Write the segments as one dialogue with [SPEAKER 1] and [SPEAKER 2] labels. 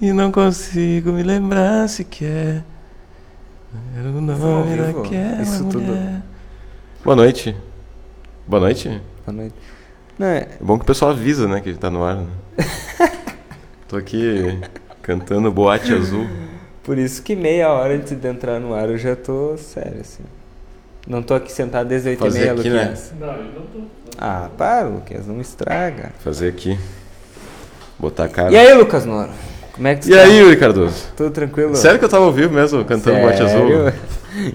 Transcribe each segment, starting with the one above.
[SPEAKER 1] E não consigo me lembrar sequer. Era o nome
[SPEAKER 2] tá vivo?
[SPEAKER 1] daquela
[SPEAKER 2] Isso tudo.
[SPEAKER 1] mulher. Boa noite. Boa noite.
[SPEAKER 2] Boa noite. Não, é-
[SPEAKER 1] É bom que o pessoal avisa, né, que ele tá no ar. Né? Tô aqui cantando Boate Azul.
[SPEAKER 2] por isso que meia hora antes de entrar no ar eu já tô sério, assim. Não tô aqui sentado desde 8
[SPEAKER 1] Fazer
[SPEAKER 2] h
[SPEAKER 1] aqui, né?
[SPEAKER 2] Luquinhas. Ah, para, Luquinhas, não me estraga.
[SPEAKER 1] Fazer aqui. Botar a cara.
[SPEAKER 2] E aí, Lucas Noro? Como é que tu
[SPEAKER 1] E
[SPEAKER 2] tá?
[SPEAKER 1] aí, Yuri Cardoso?
[SPEAKER 2] Tudo tranquilo?
[SPEAKER 1] Sério que eu tava ao vivo mesmo, cantando Boate Azul?
[SPEAKER 2] Sério?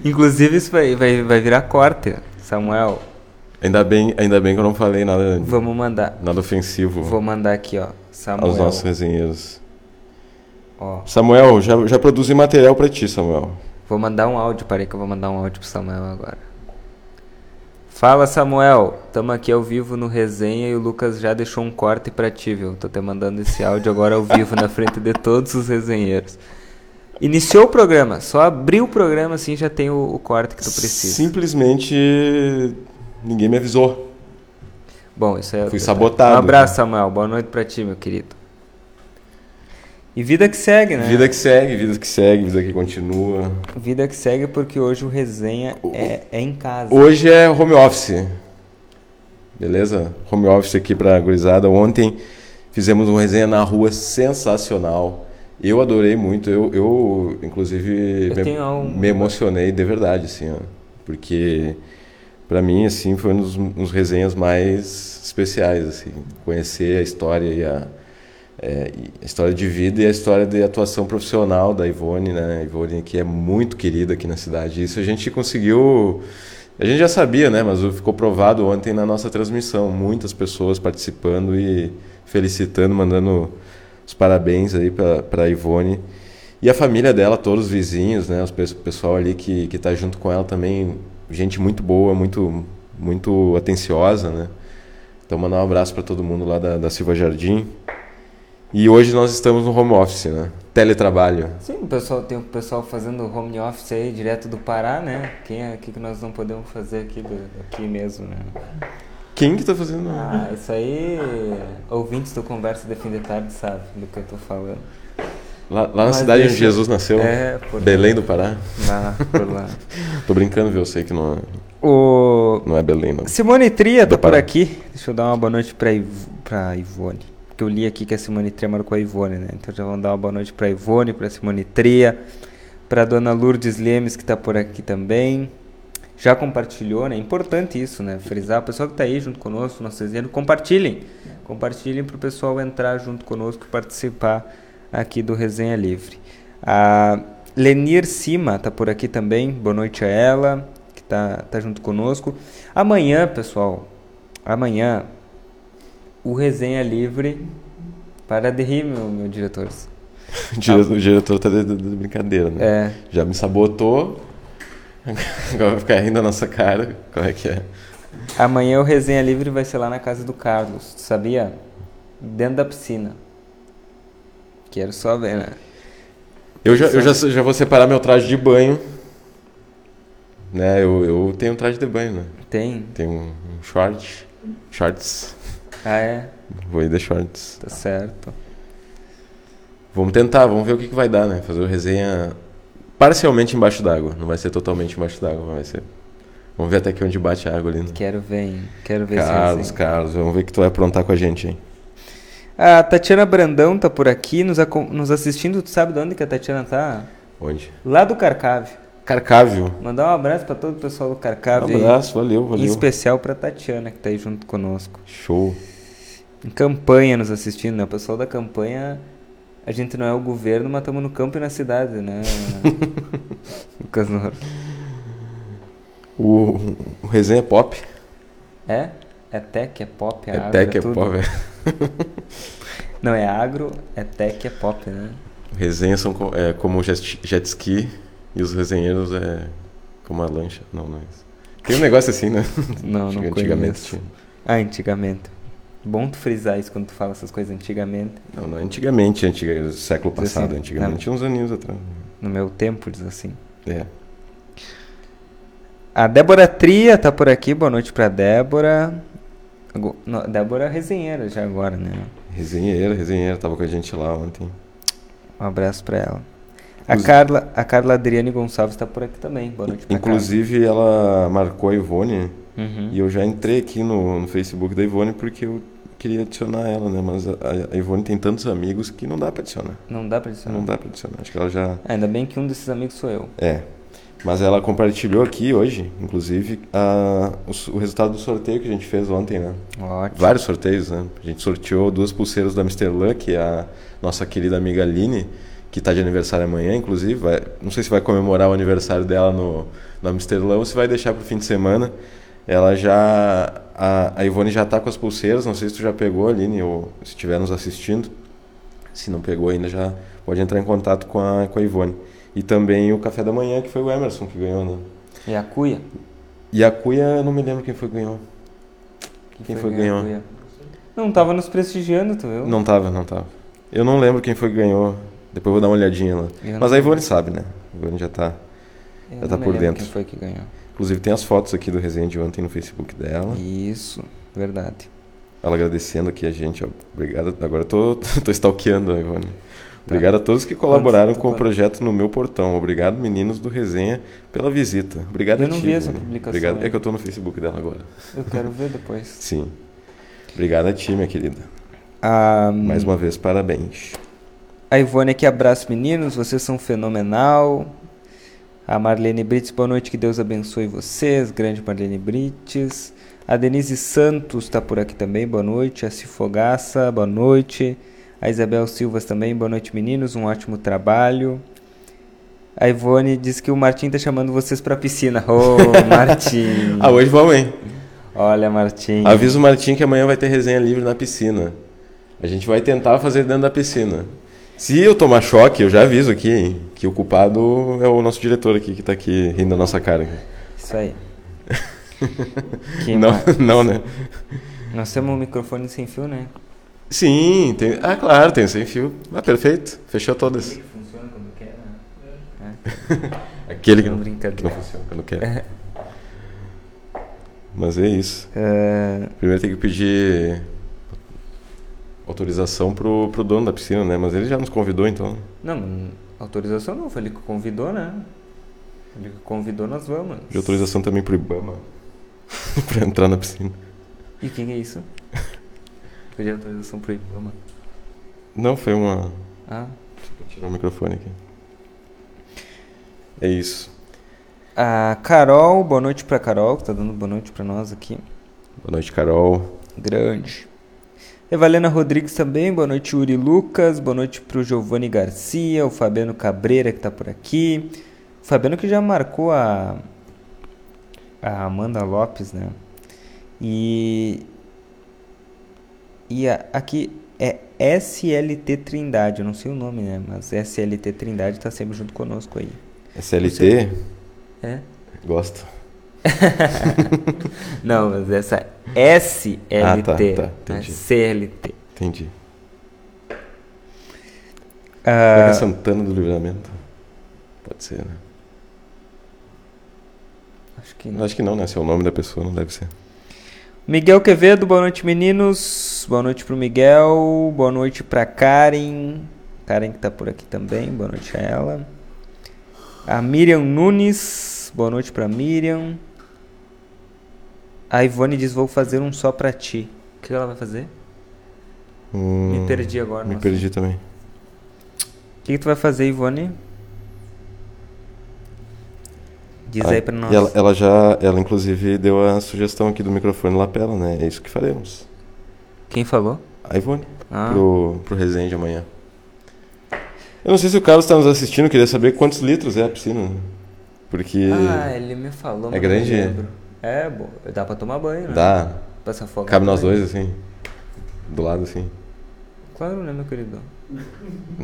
[SPEAKER 2] Inclusive, isso vai, vai, vai virar corte, Samuel.
[SPEAKER 1] Ainda bem, ainda bem que eu não falei nada,
[SPEAKER 2] Vamos mandar.
[SPEAKER 1] nada ofensivo
[SPEAKER 2] Vou mandar aqui, ó. Samuel.
[SPEAKER 1] aos nossos resenheiros.
[SPEAKER 2] Ó,
[SPEAKER 1] Samuel, já, já produzi material pra ti, Samuel.
[SPEAKER 2] vou mandar um áudio, parei que eu vou mandar um áudio pro Samuel agora. Fala, Samuel. Tamo aqui ao vivo no resenha e o Lucas já deixou um corte pra ti, viu? Tô te mandando esse áudio agora ao vivo na frente de todos os resenheiros. Iniciou o programa, só abriu o programa assim já tem o, o corte que tu precisa.
[SPEAKER 1] Simplesmente ninguém me avisou.
[SPEAKER 2] Bom, isso é.
[SPEAKER 1] Fui sabotado.
[SPEAKER 2] Um abraço, Samuel. Boa noite pra ti, meu querido. E vida que segue, né?
[SPEAKER 1] Vida que segue, vida que segue, vida que continua.
[SPEAKER 2] Vida que segue porque hoje o resenha é, é em casa.
[SPEAKER 1] Hoje é home office. Beleza? Home office aqui pra gurizada. Ontem fizemos uma resenha na rua sensacional. Eu adorei muito. Eu, eu inclusive,
[SPEAKER 2] Eu
[SPEAKER 1] me,
[SPEAKER 2] tenho um-
[SPEAKER 1] me emocionei de verdade, assim, ó. Porque pra mim, assim, foi um dos, uns resenhas mais especiais, assim. Conhecer a história e a, é, e a história de vida e a história de atuação profissional da Ivone, né? A Ivone que é muito querida aqui na cidade. Isso a gente conseguiu. A gente já sabia, né? Mas ficou provado ontem na nossa transmissão. Muitas pessoas participando e felicitando, mandando os parabéns aí para a Ivone. E a família dela, todos os vizinhos, né? Os pe- O pessoal ali que, que tá junto com ela também. Gente muito boa, muito, muito atenciosa, né? Então, mandar um abraço para todo mundo lá da, da Silva Jardim. E hoje nós estamos no home office, né? Teletrabalho.
[SPEAKER 2] Sim, o pessoal, tem o pessoal fazendo home office aí direto do Pará, né? Quem é aqui que nós não podemos fazer aqui, do, aqui mesmo, né?
[SPEAKER 1] Quem que tá fazendo?
[SPEAKER 2] Ah, isso aí, ouvintes do Conversa de Fim de Tarde sabe do que eu tô falando.
[SPEAKER 1] lá lá na
[SPEAKER 2] mas
[SPEAKER 1] cidade onde
[SPEAKER 2] deixa-
[SPEAKER 1] Jesus nasceu?
[SPEAKER 2] É, por-
[SPEAKER 1] Belém do Pará?
[SPEAKER 2] Vai lá, por lá.
[SPEAKER 1] Tô brincando, viu? Eu sei que não é,
[SPEAKER 2] o...
[SPEAKER 1] não é Belém, não.
[SPEAKER 2] Simone Tria tá
[SPEAKER 1] Do Pará.
[SPEAKER 2] por aqui. Deixa eu dar uma boa noite pra, Iv... pra Ivone. Porque eu li aqui que a Simone Tria marcou a Ivone, né? Então já vamos dar uma boa noite pra Ivone, pra Simone Tria, pra dona Lourdes Lemes, que tá por aqui também. Já compartilhou, né? Importante isso, né? Frisar, o pessoal que tá aí junto conosco, nosso desenho, compartilhem. Compartilhem pro pessoal entrar junto conosco e participar aqui do Resenha Livre. A Lenir Sima tá por aqui também. Boa noite a ela, que tá, tá junto conosco. Amanhã, pessoal, amanhã o Resenha Livre. Para de rir, meu, meu diretor.
[SPEAKER 1] O diretor, o diretor tá de, de- de brincadeira, né?
[SPEAKER 2] É,
[SPEAKER 1] Já me sabotou. Agora vai ficar rindo da nossa cara. Qual é que é?
[SPEAKER 2] amanhã o Resenha Livre vai ser lá na casa do Carlos, tu sabia? Dentro da piscina. Quero só ver, né?
[SPEAKER 1] Eu já, eu já, já vou separar meu traje de banho. Né? Eu, eu tenho um traje de banho, né?
[SPEAKER 2] Tem?
[SPEAKER 1] Tenho um um short. Shorts.
[SPEAKER 2] Ah, é?
[SPEAKER 1] Vou ir de shorts.
[SPEAKER 2] Tá certo.
[SPEAKER 1] Vamos tentar, vamos ver o que, que vai dar, né? Fazer o resenha parcialmente embaixo d'água. Não vai ser totalmente embaixo d'água, mas vai ser. Vamos ver até que onde bate a água ali, né?
[SPEAKER 2] Quero ver, hein? Quero ver esse
[SPEAKER 1] Carlos,
[SPEAKER 2] resenha.
[SPEAKER 1] Carlos, vamos ver o que tu vai aprontar com a gente, hein?
[SPEAKER 2] A Tatiana Brandão tá por aqui nos, acom- nos assistindo. Tu sabe de onde que a Tatiana tá?
[SPEAKER 1] Onde?
[SPEAKER 2] Lá do Carcave.
[SPEAKER 1] Carcávio.
[SPEAKER 2] Mandar um abraço pra todo o pessoal do
[SPEAKER 1] Um
[SPEAKER 2] Carcave. aí.
[SPEAKER 1] abraço, valeu,
[SPEAKER 2] Em
[SPEAKER 1] valeu.
[SPEAKER 2] especial pra Tatiana, que tá aí junto conosco.
[SPEAKER 1] Show.
[SPEAKER 2] Em campanha nos assistindo, né? O pessoal da campanha. A gente não é o governo, mas estamos no campo e na cidade, né? Lucas Noro.
[SPEAKER 1] O, o resenha é pop.
[SPEAKER 2] É? É tech, é pop, é,
[SPEAKER 1] É
[SPEAKER 2] agro.
[SPEAKER 1] tech, é
[SPEAKER 2] tudo.
[SPEAKER 1] pop.
[SPEAKER 2] Não, é agro, é tech, é pop, né?
[SPEAKER 1] Resenha são co- é, como jet, jet ski e os resenheiros é como a lancha. Não, não é isso. Tem um negócio assim, né?
[SPEAKER 2] Não, não
[SPEAKER 1] Antigamente
[SPEAKER 2] conheço.
[SPEAKER 1] tinha.
[SPEAKER 2] Ah, antigamente. Bom tu frisar isso quando tu fala essas coisas antigamente.
[SPEAKER 1] Não, não, antigamente, antiga, século
[SPEAKER 2] Diz
[SPEAKER 1] passado,
[SPEAKER 2] assim,
[SPEAKER 1] antigamente, uns aninhos atrás.
[SPEAKER 2] No meu tempo, diz assim.
[SPEAKER 1] É.
[SPEAKER 2] A Débora Tria tá por aqui, boa noite pra Débora. Ago- não, Débora é resenheira já agora, né?
[SPEAKER 1] Resenheira, resenheira, tava com a gente lá ontem.
[SPEAKER 2] Um abraço pra ela. A
[SPEAKER 1] Inclusive-
[SPEAKER 2] Carla, a Carla Adriane Gonçalves tá por aqui também. Boa noite pra
[SPEAKER 1] Inclusive, ela marcou a Ivone
[SPEAKER 2] Carla. Uhum.
[SPEAKER 1] e eu já entrei aqui no, no Facebook da Ivone porque eu queria adicionar ela, né? Mas a, a Ivone tem tantos amigos que não dá pra adicionar.
[SPEAKER 2] Não dá pra adicionar.
[SPEAKER 1] Não dá pra adicionar. Acho que ela já.
[SPEAKER 2] Ainda bem que um desses amigos sou eu.
[SPEAKER 1] É. Mas ela compartilhou aqui hoje, inclusive, a, o, s- o resultado do sorteio que a gente fez ontem, né?
[SPEAKER 2] Ótimo.
[SPEAKER 1] Vários sorteios, né? A gente sorteou duas pulseiras da Mr. Lan, que é a nossa querida amiga Aline, que tá de aniversário amanhã, inclusive. Vai- não sei se vai comemorar o aniversário dela no, no Mr. Lan ou se vai deixar pro fim de semana. Ela já. A, a Ivone já tá com as pulseiras, não sei se tu já pegou, Aline, ou se estiver nos assistindo. Se não pegou ainda, já pode entrar em contato com a, com a Ivone. E também o café da manhã, que foi o Emerson que ganhou, né?
[SPEAKER 2] E a Cuia?
[SPEAKER 1] E a Cuia, eu não me lembro quem foi que ganhou. Quem foi que
[SPEAKER 2] ganhar a
[SPEAKER 1] ganhou?
[SPEAKER 2] Cuia? Não tava nos prestigiando, tu viu?
[SPEAKER 1] Não tava, não tava. Eu não lembro quem foi que ganhou. Depois eu vou dar uma olhadinha lá.
[SPEAKER 2] Eu não-
[SPEAKER 1] Mas a Ivone sabe, né? A Ivone já tá.
[SPEAKER 2] eu
[SPEAKER 1] ela
[SPEAKER 2] não
[SPEAKER 1] tá
[SPEAKER 2] me
[SPEAKER 1] por
[SPEAKER 2] lembro
[SPEAKER 1] dentro.
[SPEAKER 2] Quem foi que ganhou?
[SPEAKER 1] Inclusive tem as fotos aqui do resenha de ontem no Facebook dela.
[SPEAKER 2] Isso, verdade.
[SPEAKER 1] Ela agradecendo aqui a gente. ó. Obrigado. Agora eu tô, tô stalkeando a Ivone. Obrigado a todos que colaboraram com o projeto No Meu Portão. Obrigado, meninos do Resenha, pela visita. Obrigado
[SPEAKER 2] Eu
[SPEAKER 1] a
[SPEAKER 2] não
[SPEAKER 1] ti,
[SPEAKER 2] vi essa
[SPEAKER 1] Ivone.
[SPEAKER 2] publicação né?
[SPEAKER 1] Obrigado. É
[SPEAKER 2] aí.
[SPEAKER 1] que eu tô no Facebook dela agora.
[SPEAKER 2] Eu quero ver depois.
[SPEAKER 1] Sim. Obrigado a ti, minha querida.
[SPEAKER 2] Ah,
[SPEAKER 1] Mais uma vez, parabéns.
[SPEAKER 2] A Ivone aqui, abraço meninos, vocês são fenomenal. A Marlene Brites, boa noite, que Deus abençoe vocês, grande Marlene Brites. A Denise Santos está por aqui também, boa noite. A Cifogaça, boa noite. A Isabel Silvas também, boa noite meninos, um ótimo trabalho. A Ivone diz que o Martim está chamando vocês para piscina. Ô, Martim!
[SPEAKER 1] Ah, hoje vamos, hein?
[SPEAKER 2] Olha, Martim.
[SPEAKER 1] Avisa o Martim que amanhã vai ter resenha livre na piscina. A gente vai tentar fazer dentro da piscina. Se eu tomar choque, eu já aviso aqui hein, que o culpado é o nosso diretor aqui que tá aqui rindo da nossa cara.
[SPEAKER 2] Isso aí. Que
[SPEAKER 1] Não,
[SPEAKER 2] ma-
[SPEAKER 1] não, né?
[SPEAKER 2] Nós temos um microfone sem fio, né?
[SPEAKER 1] Sim, tem. Ah, claro, tem sem fio. Ah, perfeito. Fechou todas. É.
[SPEAKER 2] Funciona quando quer, né?
[SPEAKER 1] Aquele que
[SPEAKER 2] Não,
[SPEAKER 1] não, que não
[SPEAKER 2] brincadeira.
[SPEAKER 1] funciona quando quer. Mas é isso.
[SPEAKER 2] É,
[SPEAKER 1] Primeiro tem que pedir autorização pro, pro dono da piscina, né? Mas ele já nos convidou, então.
[SPEAKER 2] não, autorização não, foi ele que convidou, né? Ele que convidou, nós vamos.
[SPEAKER 1] De autorização também pro Ibama. pra entrar na piscina.
[SPEAKER 2] E quem é isso? Pedi autorização pro Ibama.
[SPEAKER 1] Não, foi uma.
[SPEAKER 2] Ah.
[SPEAKER 1] Vou tirar o microfone aqui. É isso.
[SPEAKER 2] A Ah, Carol, boa noite pra Carol, que tá dando boa noite pra nós aqui.
[SPEAKER 1] Boa noite, Carol.
[SPEAKER 2] Grande. Evalena Rodrigues também, boa noite Uri Lucas, boa noite pro Giovanni Garcia, o Fabiano Cabreira que tá por aqui. O Fabiano que já marcou a, a Amanda Lopes, né? E, e a- aqui é SLT Trindade, eu não sei o nome, né? Mas SLT Trindade tá sempre junto conosco aí.
[SPEAKER 1] SLT?
[SPEAKER 2] É?
[SPEAKER 1] Gosto.
[SPEAKER 2] Não, mas essa SLT,
[SPEAKER 1] Ah, tá, tá,
[SPEAKER 2] né?
[SPEAKER 1] entendi.
[SPEAKER 2] CLT.
[SPEAKER 1] Entendi. Será que
[SPEAKER 2] Ah,
[SPEAKER 1] é Santana do Livramento? Pode ser, né?
[SPEAKER 2] acho que não.
[SPEAKER 1] Ah, Acho que não, né? Se é o nome da pessoa, não deve ser.
[SPEAKER 2] Miguel Quevedo, boa noite meninos. Boa noite pro Miguel. Boa noite pra Karen. Karen que tá por aqui também. Boa noite a ela. A Miriam Nunes. Boa noite pra Miriam. A Ivone diz: Vou fazer um só pra ti. O que ela vai fazer?
[SPEAKER 1] Hum,
[SPEAKER 2] Me perdi agora.
[SPEAKER 1] Me
[SPEAKER 2] nossa.
[SPEAKER 1] perdi também.
[SPEAKER 2] O que, que tu vai fazer, Ivone? Diz
[SPEAKER 1] Ah,
[SPEAKER 2] aí pra nós.
[SPEAKER 1] e Ela, ela já. Ela, inclusive, deu a sugestão aqui do microfone lapela, né? É isso que faremos.
[SPEAKER 2] Quem falou?
[SPEAKER 1] A Ivone.
[SPEAKER 2] Ah,
[SPEAKER 1] pro, pro resenha de amanhã. Eu não sei se o Carlos está nos assistindo, eu queria saber quantos litros é a piscina. Porque é
[SPEAKER 2] Ah, ele me falou. mas não
[SPEAKER 1] grande?
[SPEAKER 2] lembro. É, bom, dá pra tomar banho, né?
[SPEAKER 1] dá.
[SPEAKER 2] Pra se afogar.
[SPEAKER 1] Cabe nós
[SPEAKER 2] também.
[SPEAKER 1] dois assim. Do lado assim.
[SPEAKER 2] Claro, né, meu querido?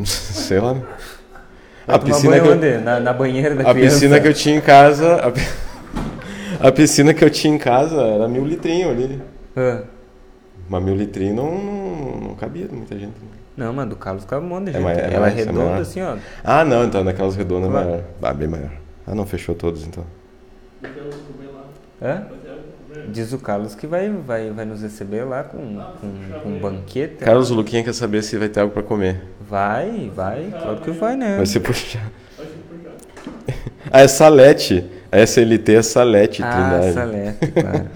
[SPEAKER 1] sei lá. né?
[SPEAKER 2] Vai
[SPEAKER 1] A
[SPEAKER 2] tomar
[SPEAKER 1] piscina,
[SPEAKER 2] banho
[SPEAKER 1] que eu,
[SPEAKER 2] onde? Na, na banheira da
[SPEAKER 1] a
[SPEAKER 2] criança.
[SPEAKER 1] piscina que eu tinha em casa. A, pi- a piscina que eu tinha em casa era mil litrinho ali.
[SPEAKER 2] Ah,
[SPEAKER 1] Mas mil litrinho não, não, não cabia muita gente. né?
[SPEAKER 2] Não, mano, do Carlos ficava um monte de
[SPEAKER 1] É
[SPEAKER 2] gente.
[SPEAKER 1] maior- é
[SPEAKER 2] Ela
[SPEAKER 1] maior, é
[SPEAKER 2] redonda
[SPEAKER 1] maior.
[SPEAKER 2] assim, ó.
[SPEAKER 1] Ah não, então naquelas redondas é
[SPEAKER 2] Claro.
[SPEAKER 1] maior. Ah, bem maior. Ah não, fechou todos então.
[SPEAKER 2] Hã? Diz o Carlos que vai, vai, vai nos receber lá com, com, com um banquete.
[SPEAKER 1] Carlos o Luquinha quer saber se vai ter algo pra comer.
[SPEAKER 2] Vai, vai, claro que vai, né?
[SPEAKER 1] Vai ser puxado. ah, é Salete. A SLT é Salete,
[SPEAKER 2] ah,
[SPEAKER 1] Trindade.
[SPEAKER 2] Salete, claro.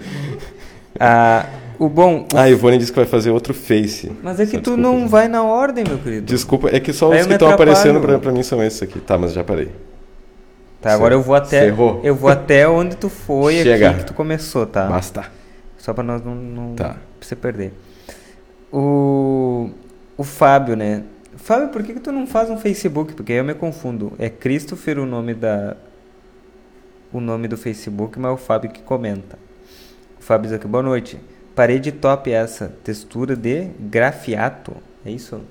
[SPEAKER 2] ah, o bom. o-
[SPEAKER 1] Ah, a Ivone disse que vai fazer outro Face.
[SPEAKER 2] mas é que
[SPEAKER 1] Só
[SPEAKER 2] tu
[SPEAKER 1] desculpa,
[SPEAKER 2] não
[SPEAKER 1] gente.
[SPEAKER 2] vai na ordem, meu querido.
[SPEAKER 1] Desculpa, é que só
[SPEAKER 2] Aí
[SPEAKER 1] os
[SPEAKER 2] eu
[SPEAKER 1] que
[SPEAKER 2] me
[SPEAKER 1] estão aparecendo pra,
[SPEAKER 2] atrapalho.
[SPEAKER 1] pra mim são esses aqui. Tá, mas já parei.
[SPEAKER 2] Tá, agora eu vou até.
[SPEAKER 1] Você errou.
[SPEAKER 2] Eu vou até onde tu foi
[SPEAKER 1] Chega.
[SPEAKER 2] aqui que tu começou, tá?
[SPEAKER 1] Basta.
[SPEAKER 2] Só pra nós não, não
[SPEAKER 1] Tá.
[SPEAKER 2] pra você perder. O. O Fábio, né? Fábio, por que, que tu não faz um Facebook? Porque aí eu me confundo. É Christopher o nome da. O nome do Facebook, mas é o Fábio que comenta. O Fábio diz aqui, boa noite. Parede top essa. Textura de grafiato. É isso?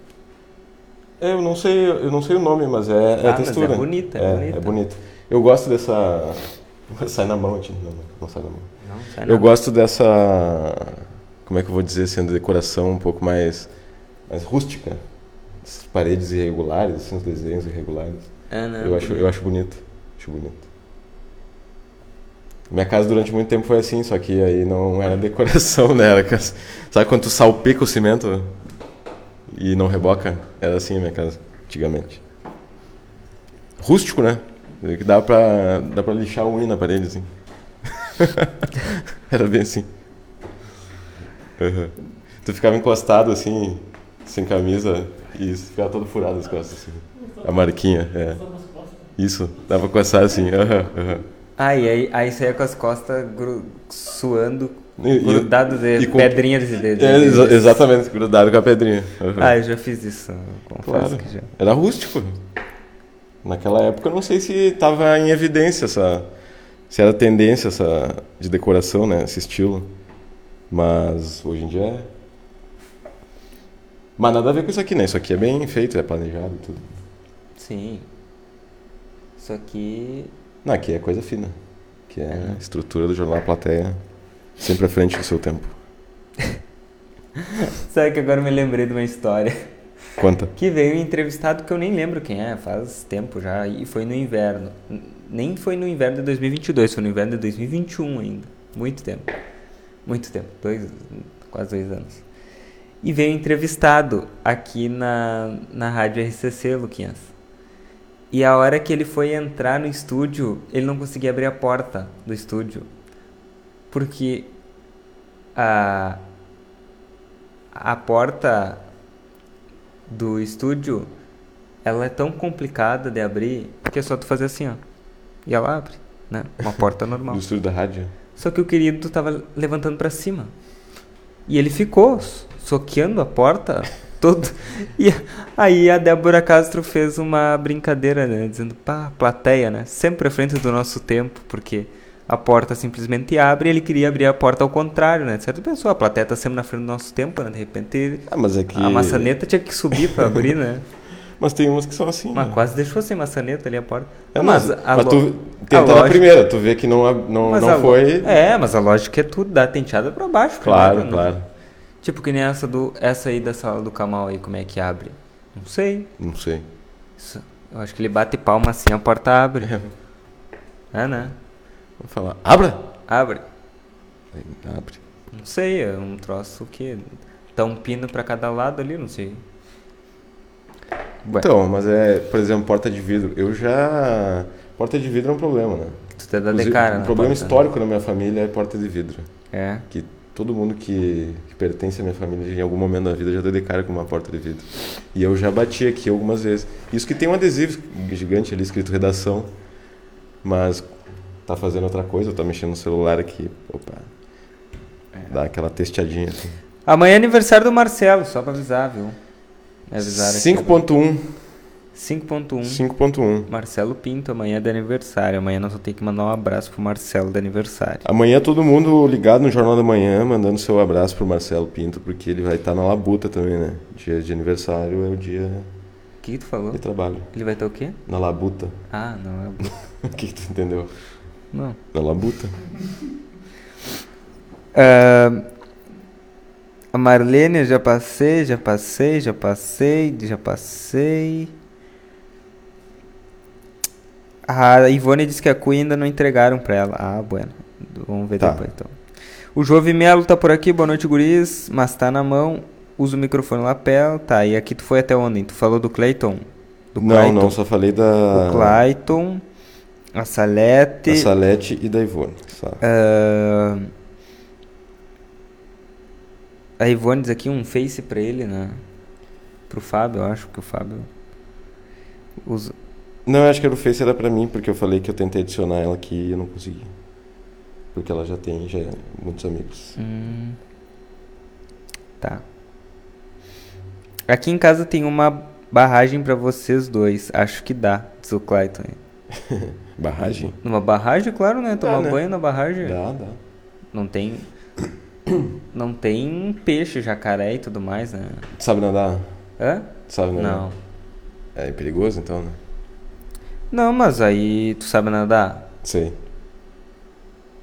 [SPEAKER 1] Eu não sei, eu não sei o nome, mas é, é
[SPEAKER 2] Ah,
[SPEAKER 1] a
[SPEAKER 2] mas
[SPEAKER 1] textura.
[SPEAKER 2] é bonita, é bonita.
[SPEAKER 1] É bonita. Eu gosto dessa. Sai na mão, gente. Não, não sai na mão.
[SPEAKER 2] Não, sai
[SPEAKER 1] Eu
[SPEAKER 2] não.
[SPEAKER 1] gosto dessa. Como é que eu vou dizer, sendo decoração um pouco mais, mais rústica. Essas paredes irregulares, assim, os desenhos irregulares.
[SPEAKER 2] Ah, não,
[SPEAKER 1] eu, acho, eu acho bonito. Acho bonito. Minha casa durante muito tempo foi assim, só que aí não era decoração, né? Era casa... Sabe quando tu salpica o cimento e não reboca? Era assim a minha casa, antigamente. Rústico, né? Que dá pra, dá pra lixar o unha na parede, assim. era bem assim. Aham. Tu ficava encostado, assim, sem camisa, e ficava todo furado as costas, assim. A marquinha, é. Isso, dava pra coçar assim. aham, aham.
[SPEAKER 2] Ah, e aí, aí saia com as costas gru- suando,
[SPEAKER 1] E- e-
[SPEAKER 2] grudado de
[SPEAKER 1] e com-
[SPEAKER 2] pedrinha de dedo.
[SPEAKER 1] É, exa- exatamente, grudado com a pedrinha. aham.
[SPEAKER 2] Ah, é. eu já fiz isso, confesso
[SPEAKER 1] Claro.
[SPEAKER 2] que já.
[SPEAKER 1] Era rústico. Naquela época eu não sei se tava em evidência essa. Se era tendência essa de decoração, né? Esse estilo. Mas hoje em dia é. Mas nada a ver com isso aqui, né? Isso aqui é bem feito, é planejado e tudo.
[SPEAKER 2] Sim. Só que.
[SPEAKER 1] Não, aqui é coisa fina. Que é
[SPEAKER 2] É.
[SPEAKER 1] a estrutura do jornal A Plateia, sempre à frente do seu tempo.
[SPEAKER 2] Sabe que agora eu me lembrei de uma história.
[SPEAKER 1] Conta.
[SPEAKER 2] Que veio um entrevistado que eu nem lembro quem é, faz tempo já, e foi no inverno. N- Nem foi no inverno de 2022, foi no inverno de 2021 ainda. Muito tempo. Muito tempo, dois, quase dois anos. E veio entrevistado aqui na, na rádio RCC, Luquinhas. E a hora que ele foi entrar no estúdio, ele não conseguia abrir a porta do estúdio. Porque a, a porta do estúdio, ela é tão complicada de abrir que é só tu fazer assim, ó. E ela abre, né? Uma porta normal.
[SPEAKER 1] Do estúdio da rádio.
[SPEAKER 2] Só que o querido tava levantando pra cima. E ele ficou s- soqueando a porta todo. E aí a Débora Castro fez uma brincadeira, né? Dizendo, pá, plateia, né? Sempre à frente do nosso tempo, porque a porta simplesmente abre e ele queria abrir a porta ao contrário, né? Certa pessoa, a plateia tá sempre na frente do nosso tempo, né? De repente ele-
[SPEAKER 1] Ah, mas é que.
[SPEAKER 2] a maçaneta tinha que subir pra abrir, né?
[SPEAKER 1] Mas tem umas que são assim.
[SPEAKER 2] Mas
[SPEAKER 1] né?
[SPEAKER 2] quase deixou sem maçaneta ali a porta.
[SPEAKER 1] É, mas,
[SPEAKER 2] a
[SPEAKER 1] mas
[SPEAKER 2] lo-
[SPEAKER 1] tu
[SPEAKER 2] a
[SPEAKER 1] tenta na
[SPEAKER 2] lógica-
[SPEAKER 1] primeira, tu vê que não, ab- não,
[SPEAKER 2] Mas a
[SPEAKER 1] não
[SPEAKER 2] lo-
[SPEAKER 1] foi.
[SPEAKER 2] É, mas a lógica é tu dar tenteada pra baixo.
[SPEAKER 1] Claro,
[SPEAKER 2] primeiro, né?
[SPEAKER 1] claro.
[SPEAKER 2] Tipo que nem essa, do, essa aí da sala do Kamal aí, como é que abre? Não sei.
[SPEAKER 1] Não sei.
[SPEAKER 2] Isso- eu acho que ele bate palma assim, a porta abre. É, né?
[SPEAKER 1] Vou falar. Abra!
[SPEAKER 2] Abre.
[SPEAKER 1] Aí, Abre.
[SPEAKER 2] Não sei, é um troço que dá um pino pra cada lado ali, não sei. Ué,
[SPEAKER 1] Então, mas é, por exemplo, porta de vidro. Eu já. Porta de vidro é um problema, né?
[SPEAKER 2] tu te dá de
[SPEAKER 1] Inclusive,
[SPEAKER 2] cara.
[SPEAKER 1] um
[SPEAKER 2] na
[SPEAKER 1] problema
[SPEAKER 2] porta, né?
[SPEAKER 1] histórico na minha família é porta de vidro.
[SPEAKER 2] É.
[SPEAKER 1] Que todo mundo que, que pertence à minha família em algum momento da vida já deu de cara com uma porta de vidro. E eu já bati aqui algumas vezes. Isso que tem um adesivo gigante ali escrito redação, mas tá fazendo outra coisa, tá mexendo no celular aqui, opa. Dá aquela testeadinha. Assim.
[SPEAKER 2] é. Amanhã é aniversário do Marcelo, só pra avisar, viu? Me avisaram É aqui.
[SPEAKER 1] 5.1,
[SPEAKER 2] 5.1.
[SPEAKER 1] 5.1.
[SPEAKER 2] Marcelo Pinto, amanhã é de aniversário. Amanhã nós vamos ter que mandar um abraço pro Marcelo de aniversário.
[SPEAKER 1] Amanhã todo mundo ligado no Jornal da Manhã, mandando seu abraço pro Marcelo Pinto, porque ele vai estar na labuta também, né? Dia de aniversário é o dia
[SPEAKER 2] O que, que tu falou?
[SPEAKER 1] de trabalho.
[SPEAKER 2] Ele vai ter o quê?
[SPEAKER 1] Na labuta.
[SPEAKER 2] Ah, não é.
[SPEAKER 1] O que que tu entendeu?
[SPEAKER 2] Não.
[SPEAKER 1] Na labuta.
[SPEAKER 2] a Marlene, já passei, já passei, já passei, já passei. A Ivone disse que a Cunha ainda não entregaram pra ela. Ah, bueno. Vamos ver
[SPEAKER 1] Tá.
[SPEAKER 2] depois então. O Jove Melo tá por aqui, boa noite, guris. Mas tá na mão, usa o microfone lapel. Tá, e aqui tu foi até onde? Tu falou do Clayton? Do
[SPEAKER 1] não,
[SPEAKER 2] Clayton.
[SPEAKER 1] não, só falei da.
[SPEAKER 2] O Clayton, a Salete.
[SPEAKER 1] da Salete e da Ivone. Só.
[SPEAKER 2] Ah, A Ivone diz aqui um face pra ele, né? Pro Fábio, eu acho que o Fábio. usa-
[SPEAKER 1] Não, eu acho que era o Face era pra mim, porque eu falei que eu tentei adicionar ela aqui e eu não consegui. Porque ela já tem já é muitos amigos.
[SPEAKER 2] Hum. Tá. Aqui em casa tem uma barragem pra vocês dois. Acho que dá, diz o Clayton.
[SPEAKER 1] Barragem?
[SPEAKER 2] Numa barragem, claro, né?
[SPEAKER 1] Dá,
[SPEAKER 2] Tomar
[SPEAKER 1] né?
[SPEAKER 2] banho na barragem.
[SPEAKER 1] Dá, dá.
[SPEAKER 2] Não tem. Não tem peixe, jacaré e tudo mais, né?
[SPEAKER 1] Tu sabe nadar?
[SPEAKER 2] Hã?
[SPEAKER 1] Tu sabe nadar?
[SPEAKER 2] Não.
[SPEAKER 1] É perigoso então, né?
[SPEAKER 2] Não, mas aí tu sabe nadar?
[SPEAKER 1] Sei.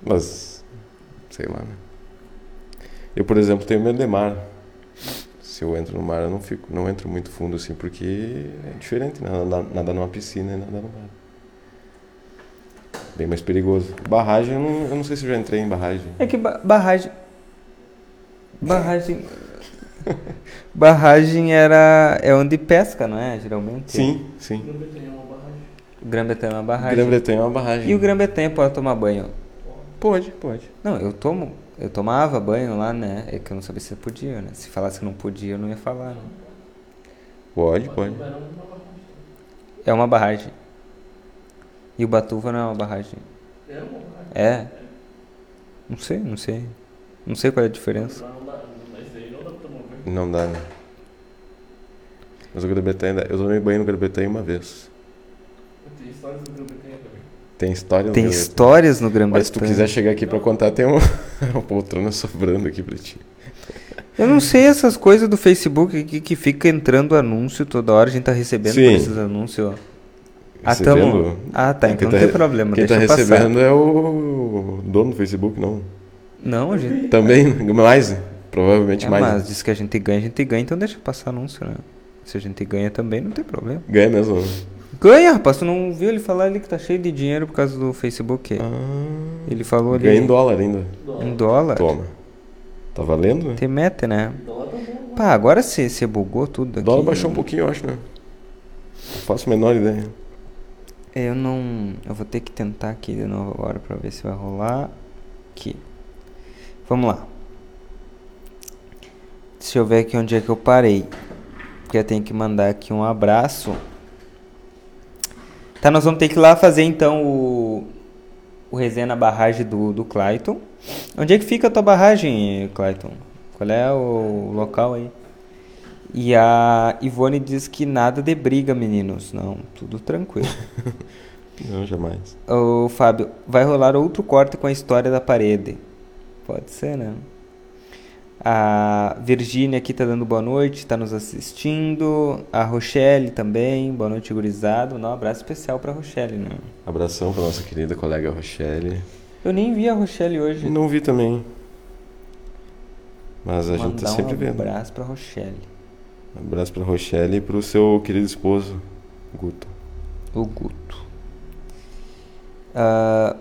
[SPEAKER 1] Mas. Sei lá, né? Eu, por exemplo, tenho medo de mar. Se eu entro no mar, eu não fico, não entro muito fundo assim, porque é diferente né? nadar, nadar numa piscina e nadar no mar. Bem mais perigoso. Barragem, eu não, eu não sei se eu já entrei em barragem.
[SPEAKER 2] É que ba- barragem. Barragem. barragem era. É onde pesca, não é? Geralmente.
[SPEAKER 1] Sim, sim.
[SPEAKER 2] Grã-Bretanha é uma barragem.
[SPEAKER 1] Grã-Bretanha é uma barragem.
[SPEAKER 2] E o Grã-Bretanha pode tomar banho?
[SPEAKER 1] Pode, pode.
[SPEAKER 2] Não, eu tomo. Eu tomava banho lá, né? É que eu não sabia se eu podia, né? Se falasse que não podia, eu não ia falar, né?
[SPEAKER 1] Pode, pode.
[SPEAKER 2] É uma barragem. E o Batuva não é uma barragem. É uma barragem? É. Não sei, não sei. Não sei qual é a diferença.
[SPEAKER 1] Não dá, né? Mas o Grã-Bretanha, dá. eu tomei banho no Grã-Bretanha uma vez. Tem história no
[SPEAKER 2] Tem
[SPEAKER 1] Grã-Bretanha?
[SPEAKER 2] histórias no Grã-Bretanha.
[SPEAKER 1] Mas se tu quiser chegar aqui pra contar, tem um- uma poltrona sobrando aqui pra ti.
[SPEAKER 2] Eu não sei essas coisas do Facebook que, que fica entrando anúncio toda hora, a gente tá recebendo por
[SPEAKER 1] Sim.
[SPEAKER 2] esses anúncios. ó. Ah, tamo...
[SPEAKER 1] Recebendo-
[SPEAKER 2] ah tá,
[SPEAKER 1] Quem
[SPEAKER 2] então
[SPEAKER 1] tá
[SPEAKER 2] não tem
[SPEAKER 1] re-
[SPEAKER 2] problema,
[SPEAKER 1] Quem
[SPEAKER 2] deixa
[SPEAKER 1] tá
[SPEAKER 2] eu passar.
[SPEAKER 1] recebendo é o dono do Facebook, não.
[SPEAKER 2] Não, a gente...
[SPEAKER 1] Também, mais, né? provavelmente
[SPEAKER 2] É,
[SPEAKER 1] mais.
[SPEAKER 2] mas diz que a gente ganha, a gente ganha, então deixa eu passar anúncio, né? Se a gente ganha também, não tem problema.
[SPEAKER 1] Ganha mesmo. né?
[SPEAKER 2] Ganha, rapaz, tu não viu ele falar ali que tá cheio de dinheiro por causa do Facebook?
[SPEAKER 1] Ah,
[SPEAKER 2] Ele falou ali...
[SPEAKER 1] ganha em dólar ainda.
[SPEAKER 2] Em dólar?
[SPEAKER 1] Toma. Tá valendo? né?
[SPEAKER 2] Tem meta, né? Pá, agora você você bugou tudo
[SPEAKER 1] O
[SPEAKER 2] aqui.
[SPEAKER 1] dólar baixou um pouquinho, eu acho, né? Não faço a menor ideia.
[SPEAKER 2] Eu não. Eu vou ter que tentar aqui de novo agora pra ver se vai rolar. Aqui. Vamos lá. Deixa eu ver aqui onde é que eu parei. Porque eu tenho que mandar aqui um abraço. Tá, nós vamos ter que ir lá fazer então o. O resenha na barragem do, do Clayton. Onde é que fica a tua barragem, Clayton? Qual é o local aí? E a Ivone diz que nada de briga, meninos. Não, tudo tranquilo.
[SPEAKER 1] Não, jamais.
[SPEAKER 2] Ô, Fábio, vai rolar outro corte com a história da parede. Pode ser, né? A Virgínia aqui tá dando boa noite, tá nos assistindo. A Rochelle também, boa noite, gurizado. Mandar Um abraço especial pra Rochelle, né?
[SPEAKER 1] Abração pra nossa querida colega Rochelle.
[SPEAKER 2] Eu nem vi a Rochelle hoje.
[SPEAKER 1] Não vi também. Mas a
[SPEAKER 2] Mandar
[SPEAKER 1] gente tá sempre
[SPEAKER 2] um
[SPEAKER 1] vendo. Um
[SPEAKER 2] abraço pra Rochelle.
[SPEAKER 1] Abraço pra Rochelle e pro seu querido esposo, Guto.
[SPEAKER 2] O Guto. Ah,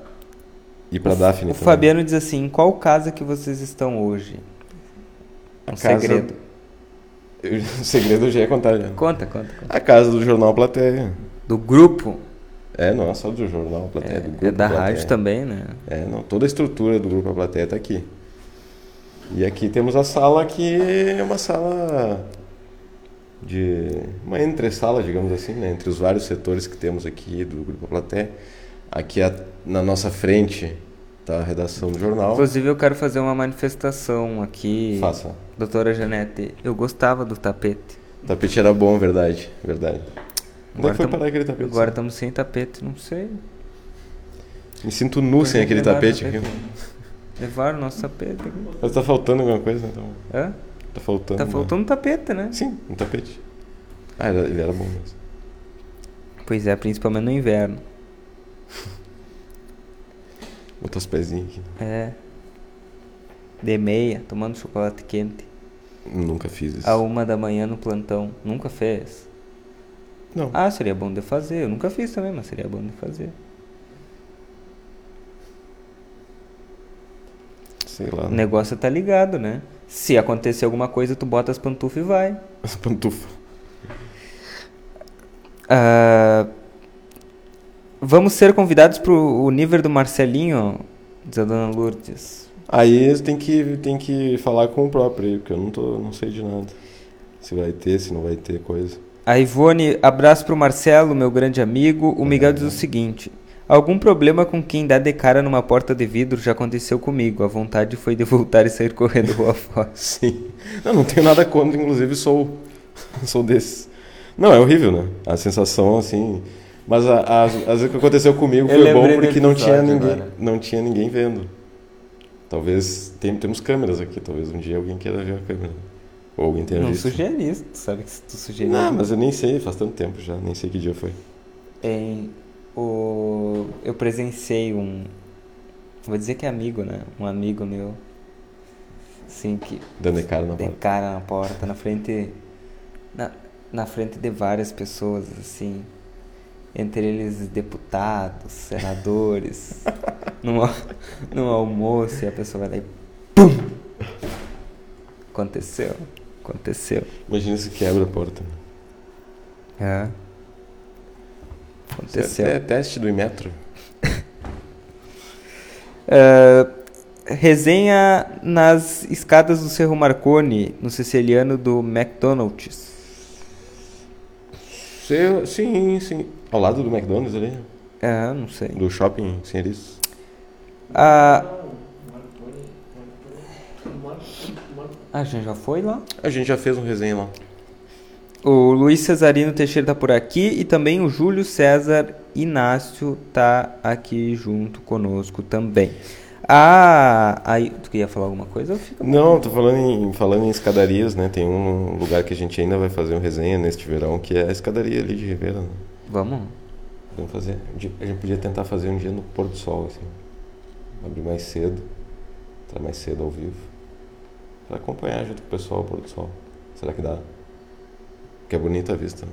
[SPEAKER 1] E pra Daphne
[SPEAKER 2] o
[SPEAKER 1] também.
[SPEAKER 2] Fabiano diz assim: em qual casa que vocês estão hoje?
[SPEAKER 1] A
[SPEAKER 2] Um
[SPEAKER 1] casa-
[SPEAKER 2] segredo.
[SPEAKER 1] Eu- o segredo eu já ia contar já.
[SPEAKER 2] Conta, conta, conta.
[SPEAKER 1] A casa do Jornal Plateia.
[SPEAKER 2] Do grupo.
[SPEAKER 1] É, não é só do Jornal Plateia,
[SPEAKER 2] É,
[SPEAKER 1] é, do
[SPEAKER 2] é
[SPEAKER 1] Grupo
[SPEAKER 2] da
[SPEAKER 1] Plateia.
[SPEAKER 2] rádio também, né?
[SPEAKER 1] É, não, toda a estrutura do Grupo Plateia tá aqui. E aqui temos a sala que é uma sala de... Uma entre-sala, digamos assim, né? Entre os vários setores que temos aqui do Grupo Plateia. Aqui a- na nossa frente tá a redação do jornal.
[SPEAKER 2] Inclusive eu quero fazer uma manifestação aqui.
[SPEAKER 1] Faça.
[SPEAKER 2] Doutora Janete, eu gostava do tapete.
[SPEAKER 1] O tapete era bom, verdade, verdade. Onde é
[SPEAKER 2] Agora
[SPEAKER 1] que foi
[SPEAKER 2] tamo-
[SPEAKER 1] parar aquele tapete?
[SPEAKER 2] Agora estamos sem tapete, não sei.
[SPEAKER 1] Me sinto nu sem aquele
[SPEAKER 2] Levaram o
[SPEAKER 1] tapete aqui.
[SPEAKER 2] Levaram o nosso tapete. aqui.
[SPEAKER 1] Mas tá faltando alguma coisa, então.
[SPEAKER 2] Hã?
[SPEAKER 1] Tá faltando.
[SPEAKER 2] Tá
[SPEAKER 1] né?
[SPEAKER 2] faltando tapete, né?
[SPEAKER 1] Sim, um tapete. Ah, era- ele era bom mesmo.
[SPEAKER 2] Pois é, principalmente no inverno.
[SPEAKER 1] Botar os pezinhos aqui.
[SPEAKER 2] É. De meia, tomando chocolate quente.
[SPEAKER 1] Nunca fiz isso.
[SPEAKER 2] A
[SPEAKER 3] um
[SPEAKER 2] uma da manhã no plantão. Nunca fez?
[SPEAKER 1] Não.
[SPEAKER 2] Ah, seria bom de fazer. Eu nunca fiz também, mas seria bom de fazer.
[SPEAKER 1] sei lá. né?
[SPEAKER 2] O negócio tá ligado, né? Se acontecer alguma coisa, tu bota as pantufas e vai.
[SPEAKER 1] As pantufas.
[SPEAKER 2] Ah, vamos ser convidados pro o nível do Marcelinho, diz a dona Lourdes.
[SPEAKER 1] Aí tem que, tem que falar com o próprio aí, porque eu não, tô, não sei de nada. Se vai ter, se não vai ter coisa.
[SPEAKER 2] A Ivone, abraço pro Marcelo, meu grande amigo. O Miguel diz o seguinte: Algum problema com quem dá de cara numa porta de vidro já aconteceu comigo. A vontade foi de voltar e sair correndo rua fora.
[SPEAKER 1] Sim. Não, não tenho nada contra, inclusive sou sou desses. Não, é horrível, né? A sensação assim, mas a, a, às vezes o que aconteceu comigo
[SPEAKER 3] Eu
[SPEAKER 1] foi bom
[SPEAKER 3] lembrei do
[SPEAKER 1] porque não tinha
[SPEAKER 3] episódio
[SPEAKER 1] ninguém,
[SPEAKER 3] agora.
[SPEAKER 1] não tinha ninguém vendo. Talvez tem- temos câmeras aqui, talvez um dia alguém queira ver a câmera. Ou alguém tenha
[SPEAKER 2] Não
[SPEAKER 1] visto.
[SPEAKER 2] sugere isso, tu sabe que se tu sugerir.
[SPEAKER 3] né?
[SPEAKER 1] Não, mas eu nem sei, faz tanto tempo já, nem sei que dia foi.
[SPEAKER 2] Tem o. Eu presenciei um. Vou dizer que é amigo, né? Um amigo meu. Sim, que
[SPEAKER 1] Dando de cara na
[SPEAKER 2] tem
[SPEAKER 1] porta.
[SPEAKER 2] cara na porta, na frente. Na, na frente de várias pessoas, assim. Entre eles deputados, senadores. num, al- num almoço, e a pessoa vai lá e. Pum! Aconteceu. Aconteceu.
[SPEAKER 1] Imagina se quebra a porta.
[SPEAKER 2] É.
[SPEAKER 1] Isso
[SPEAKER 2] Aconteceu.
[SPEAKER 1] é teste do Imetro.
[SPEAKER 2] Ah, resenha nas escadas do Cerro Marconi, no siciliano do McDonald's.
[SPEAKER 1] Sim, sim, sim. Ao lado do McDonald's ali,
[SPEAKER 2] É, não sei.
[SPEAKER 1] do shopping Senhoriz.
[SPEAKER 2] Ah, a gente Ah, já foi lá?
[SPEAKER 1] A gente já fez um resenha lá.
[SPEAKER 2] O Luiz Cesarino Teixeira tá por aqui e também o Júlio César Inácio tá aqui junto conosco também. Ah, aí tu queria falar alguma coisa? Eu fico-
[SPEAKER 1] Não, tô falando em, falando em escadarias, né? Tem um lugar que a gente ainda vai fazer um resenha neste verão, que é a escadaria ali de Ribeira, né?
[SPEAKER 2] Vamos.
[SPEAKER 1] Vamos fazer. um dia- A gente podia tentar fazer um dia no pôr do sol, assim. Abrir mais cedo. Entrar mais cedo ao vivo. Pra acompanhar junto com o pessoal o pôr do sol. Será que dá? Porque é bonita a vista, né?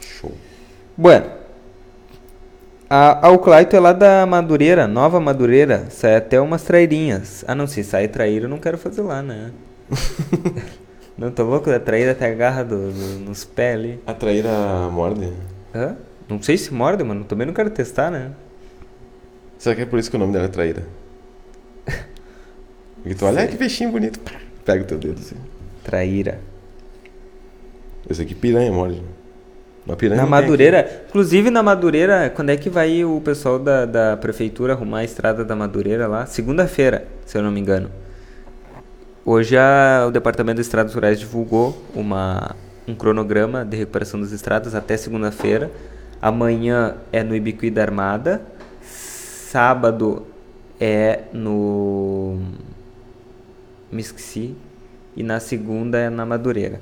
[SPEAKER 1] Show.
[SPEAKER 2] Bueno. A, a Uclaito é lá da Madureira, Nova Madureira. Sai até umas trairinhas. Ah, não, se sai traíra, eu não quero fazer lá, né? não, tô louco da traíra até a garra do- do- nos pés ali.
[SPEAKER 1] Atrair a morde?
[SPEAKER 2] Hã? Não sei se morde, mano. Também não quero testar, né?
[SPEAKER 1] Será que é por isso que o nome dela é traíra? Porque tu olha, ah, que peixinho bonito. Pá, Pega o teu dedo assim.
[SPEAKER 2] Traíra.
[SPEAKER 1] Esse aqui piranha é morde. Uma piranha
[SPEAKER 2] Na
[SPEAKER 1] não tem
[SPEAKER 2] Madureira, inclusive na Madureira, quando é que vai o pessoal da, da prefeitura arrumar a estrada da Madureira lá? Segunda-feira, se eu não me engano. Hoje a- o Departamento de Estradas Rurais divulgou uma, um cronograma de recuperação das estradas até segunda-feira. Amanhã é no Ibiqui da Armada. Sábado é no. Me esqueci. E na segunda é na Madureira.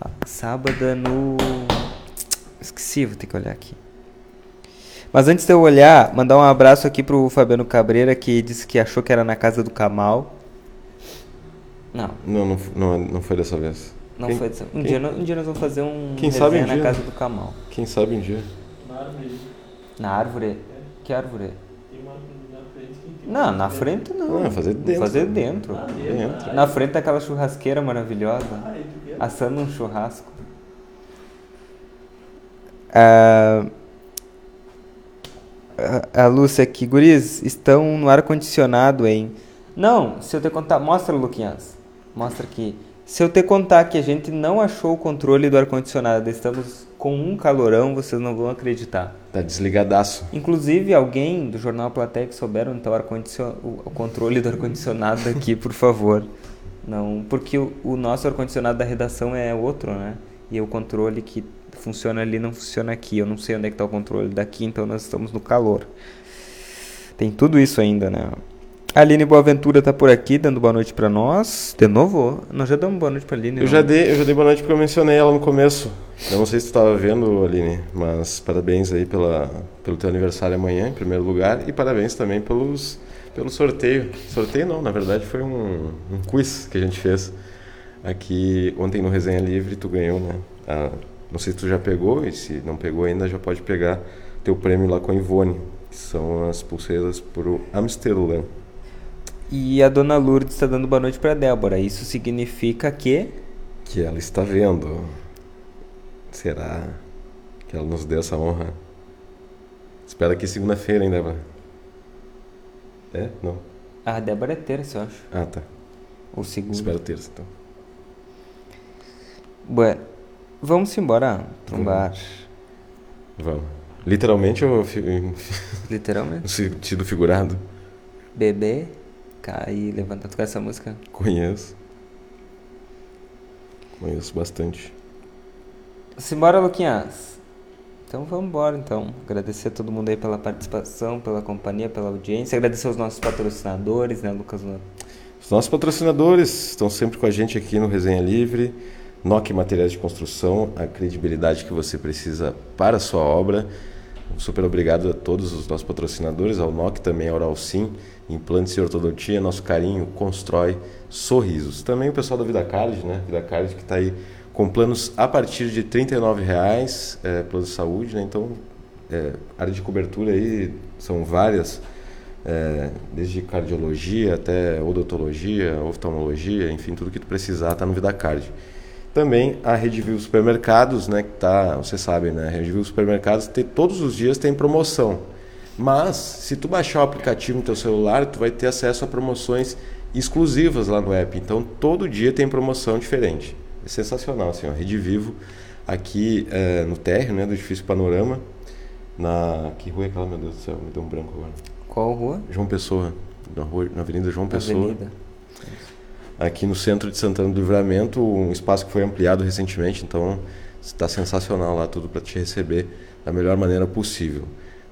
[SPEAKER 2] Ah, Sábado é no. Esqueci, vou ter que olhar aqui. Mas antes de eu olhar, mandar um abraço aqui pro Fabiano Cabreira que disse que achou que era na casa do Kamal. Não,
[SPEAKER 1] aqui. Não, não, f- não, não foi dessa vez.
[SPEAKER 2] não
[SPEAKER 1] Quem-
[SPEAKER 2] foi dessa. Um,
[SPEAKER 1] quem-
[SPEAKER 2] dia, nós- um dia nós vamos fazer um
[SPEAKER 1] Quem sabe
[SPEAKER 2] resenha
[SPEAKER 1] um
[SPEAKER 2] na
[SPEAKER 1] dia,
[SPEAKER 2] casa
[SPEAKER 1] né?
[SPEAKER 2] do Kamal.
[SPEAKER 1] Quem sabe um dia.
[SPEAKER 2] Na árvore? Que árvore? Não, na frente não.
[SPEAKER 1] Não, Ah, fazer
[SPEAKER 2] Vamos
[SPEAKER 1] dentro.
[SPEAKER 2] Fazer dentro.
[SPEAKER 1] Dentro.
[SPEAKER 2] Na frente daquela churrasqueira maravilhosa, assando um churrasco. Ah, é, a, a Lúcia aqui, guris, estão no ar-condicionado, hein? Não, se eu te contar. Mostra, Luquinhas. Mostra aqui. Se eu te contar que a gente não achou o controle do ar-condicionado, estamos com um calorão, vocês não vão acreditar.
[SPEAKER 1] Tá desligadaço.
[SPEAKER 2] Inclusive, alguém do jornal Plateia que souber onde está o, ar-condicio- o- o controle do ar-condicionado aqui, por favor. Não, porque o, o nosso ar-condicionado da redação é outro, né? E o controle que funciona ali não funciona aqui. Eu não sei onde é que está o controle daqui, então nós estamos no calor. Tem tudo isso ainda, né? A Aline Boaventura tá por aqui, dando boa noite para nós. De novo? Nós já damos boa noite pra Aline.
[SPEAKER 1] Eu
[SPEAKER 2] não?
[SPEAKER 1] já, dei, eu já dei boa noite porque eu mencionei ela no começo. Eu não sei se tu tava vendo, Aline, mas parabéns aí pela, pelo teu aniversário amanhã, em primeiro lugar, e parabéns também pelos, pelo sorteio. Sorteio não, na verdade foi um, um quiz que a gente fez aqui ontem no Resenha Livre, tu ganhou, né? A- não sei se tu já pegou, e se não pegou ainda, já pode pegar teu prêmio lá com a Ivone, que são as pulseiras pro Amsterdã.
[SPEAKER 2] E a dona Lourdes está dando boa noite para Débora. Isso significa que.
[SPEAKER 1] Que ela está vendo. Será que ela nos deu essa honra? Espera que segunda-feira, hein, Débora? É? Não.
[SPEAKER 2] A Débora é terça, eu acho.
[SPEAKER 1] Ah, tá.
[SPEAKER 2] Ou segunda.
[SPEAKER 1] Espero terça, então.
[SPEAKER 2] Bueno, vamos embora para um
[SPEAKER 1] Vamos.
[SPEAKER 2] bar.
[SPEAKER 1] Vamos. Literalmente ou fi-
[SPEAKER 2] Literalmente.
[SPEAKER 1] no sentido figurado?
[SPEAKER 2] Bebê, cair, levantar, tocar essa música.
[SPEAKER 1] Conheço. Conheço bastante.
[SPEAKER 2] Simbora, Luquinhas. Então vamos embora, então. Agradecer a todo mundo aí pela participação, pela companhia, pela audiência. Agradecer aos nossos patrocinadores, né, Lucas? Lu-
[SPEAKER 1] Os nossos patrocinadores estão sempre com a gente aqui no Resenha Livre. NOC Materiais de Construção, a credibilidade que você precisa para a sua obra. Super obrigado a todos os nossos patrocinadores, ao NOC também, ao Oral Sim, Implantes e Ortodontia, é nosso carinho, Constrói, Sorrisos. Também o pessoal da Vida Card, né? Vida Card que está aí com planos a partir de R$ 39,00, é, plano de saúde, né? Então, é, área de cobertura aí são várias é, desde cardiologia até odontologia, oftalmologia, enfim, tudo que tu precisar está no VidaCard. Também a Rede Vivo Supermercados, né, que tá, vocês sabem, né, a Rede Vivo Supermercados tem, todos os dias tem promoção. Mas se tu baixar o aplicativo no teu celular, tu vai ter acesso a promoções exclusivas lá no app. Então todo dia tem promoção diferente. É sensacional, assim, ó, a Rede Vivo aqui é, no térreo, né, do edifício Panorama, na que rua é aquela, meu Deus do céu, me deu um branco agora.
[SPEAKER 2] Qual rua?
[SPEAKER 1] João Pessoa, na, rua, na Avenida João Pessoa,
[SPEAKER 2] Avenida.
[SPEAKER 1] aqui no centro de Santana do Livramento, um espaço que foi ampliado recentemente, então está sensacional lá tudo para te receber da melhor maneira possível.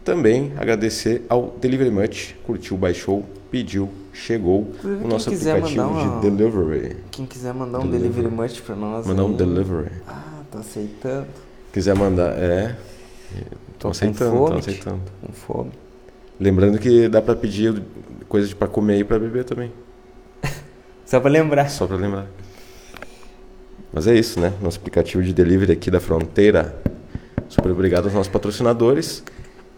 [SPEAKER 1] Também agradecer ao Delivery Much, curtiu, baixou, pediu, chegou
[SPEAKER 2] Inclusive,
[SPEAKER 1] o nosso
[SPEAKER 2] quem quiser
[SPEAKER 1] aplicativo
[SPEAKER 2] mandar uma-
[SPEAKER 1] de delivery.
[SPEAKER 2] Quem quiser mandar um
[SPEAKER 1] Delivery.
[SPEAKER 2] delivery much pra nós.
[SPEAKER 1] Mandar um
[SPEAKER 2] aí.
[SPEAKER 1] delivery.
[SPEAKER 2] Ah, tô aceitando.
[SPEAKER 1] Quiser mandar, é.
[SPEAKER 2] Tô com
[SPEAKER 1] Tô aceitando, tô
[SPEAKER 2] fome.
[SPEAKER 1] aceitando.
[SPEAKER 2] Com fome.
[SPEAKER 1] Lembrando que dá para pedir coisas para comer e para beber também.
[SPEAKER 2] Só pra lembrar.
[SPEAKER 1] Só pra lembrar. Mas é isso, né? Nosso aplicativo de delivery aqui da fronteira. Super obrigado aos nossos patrocinadores.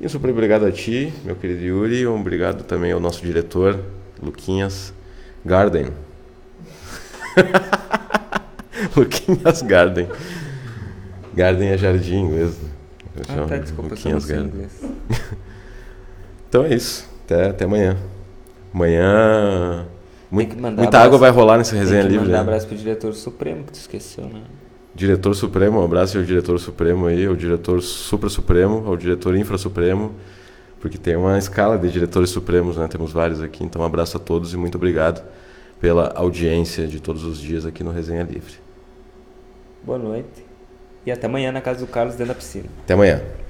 [SPEAKER 1] E um super obrigado a ti, meu querido Yuri. Um obrigado também ao nosso diretor, Luquinhas Garden. Luquinhas Garden. Garden é jardim mesmo. Eu
[SPEAKER 2] Ah,
[SPEAKER 1] chamo
[SPEAKER 2] tá, desculpa, eu só não sei inglês.
[SPEAKER 1] Então é isso. Até, até amanhã. Amanhã. mui-
[SPEAKER 2] que mandar
[SPEAKER 1] muita
[SPEAKER 2] abraço.
[SPEAKER 1] água vai rolar nessa
[SPEAKER 2] Tem
[SPEAKER 1] resenha
[SPEAKER 2] que
[SPEAKER 1] livre.
[SPEAKER 2] mandar
[SPEAKER 1] né?
[SPEAKER 2] abraço pro diretor supremo, que tu esqueceu, né?
[SPEAKER 1] Diretor Supremo, um abraço ao diretor Supremo aí, ao diretor Supra Supremo, ao diretor Infra Supremo, porque tem uma escala de diretores supremos, né? Temos vários aqui, então um abraço a todos e muito obrigado pela audiência de todos os dias aqui no Resenha Livre.
[SPEAKER 2] Boa noite. E até amanhã na casa do Carlos dentro da piscina.
[SPEAKER 1] Até amanhã.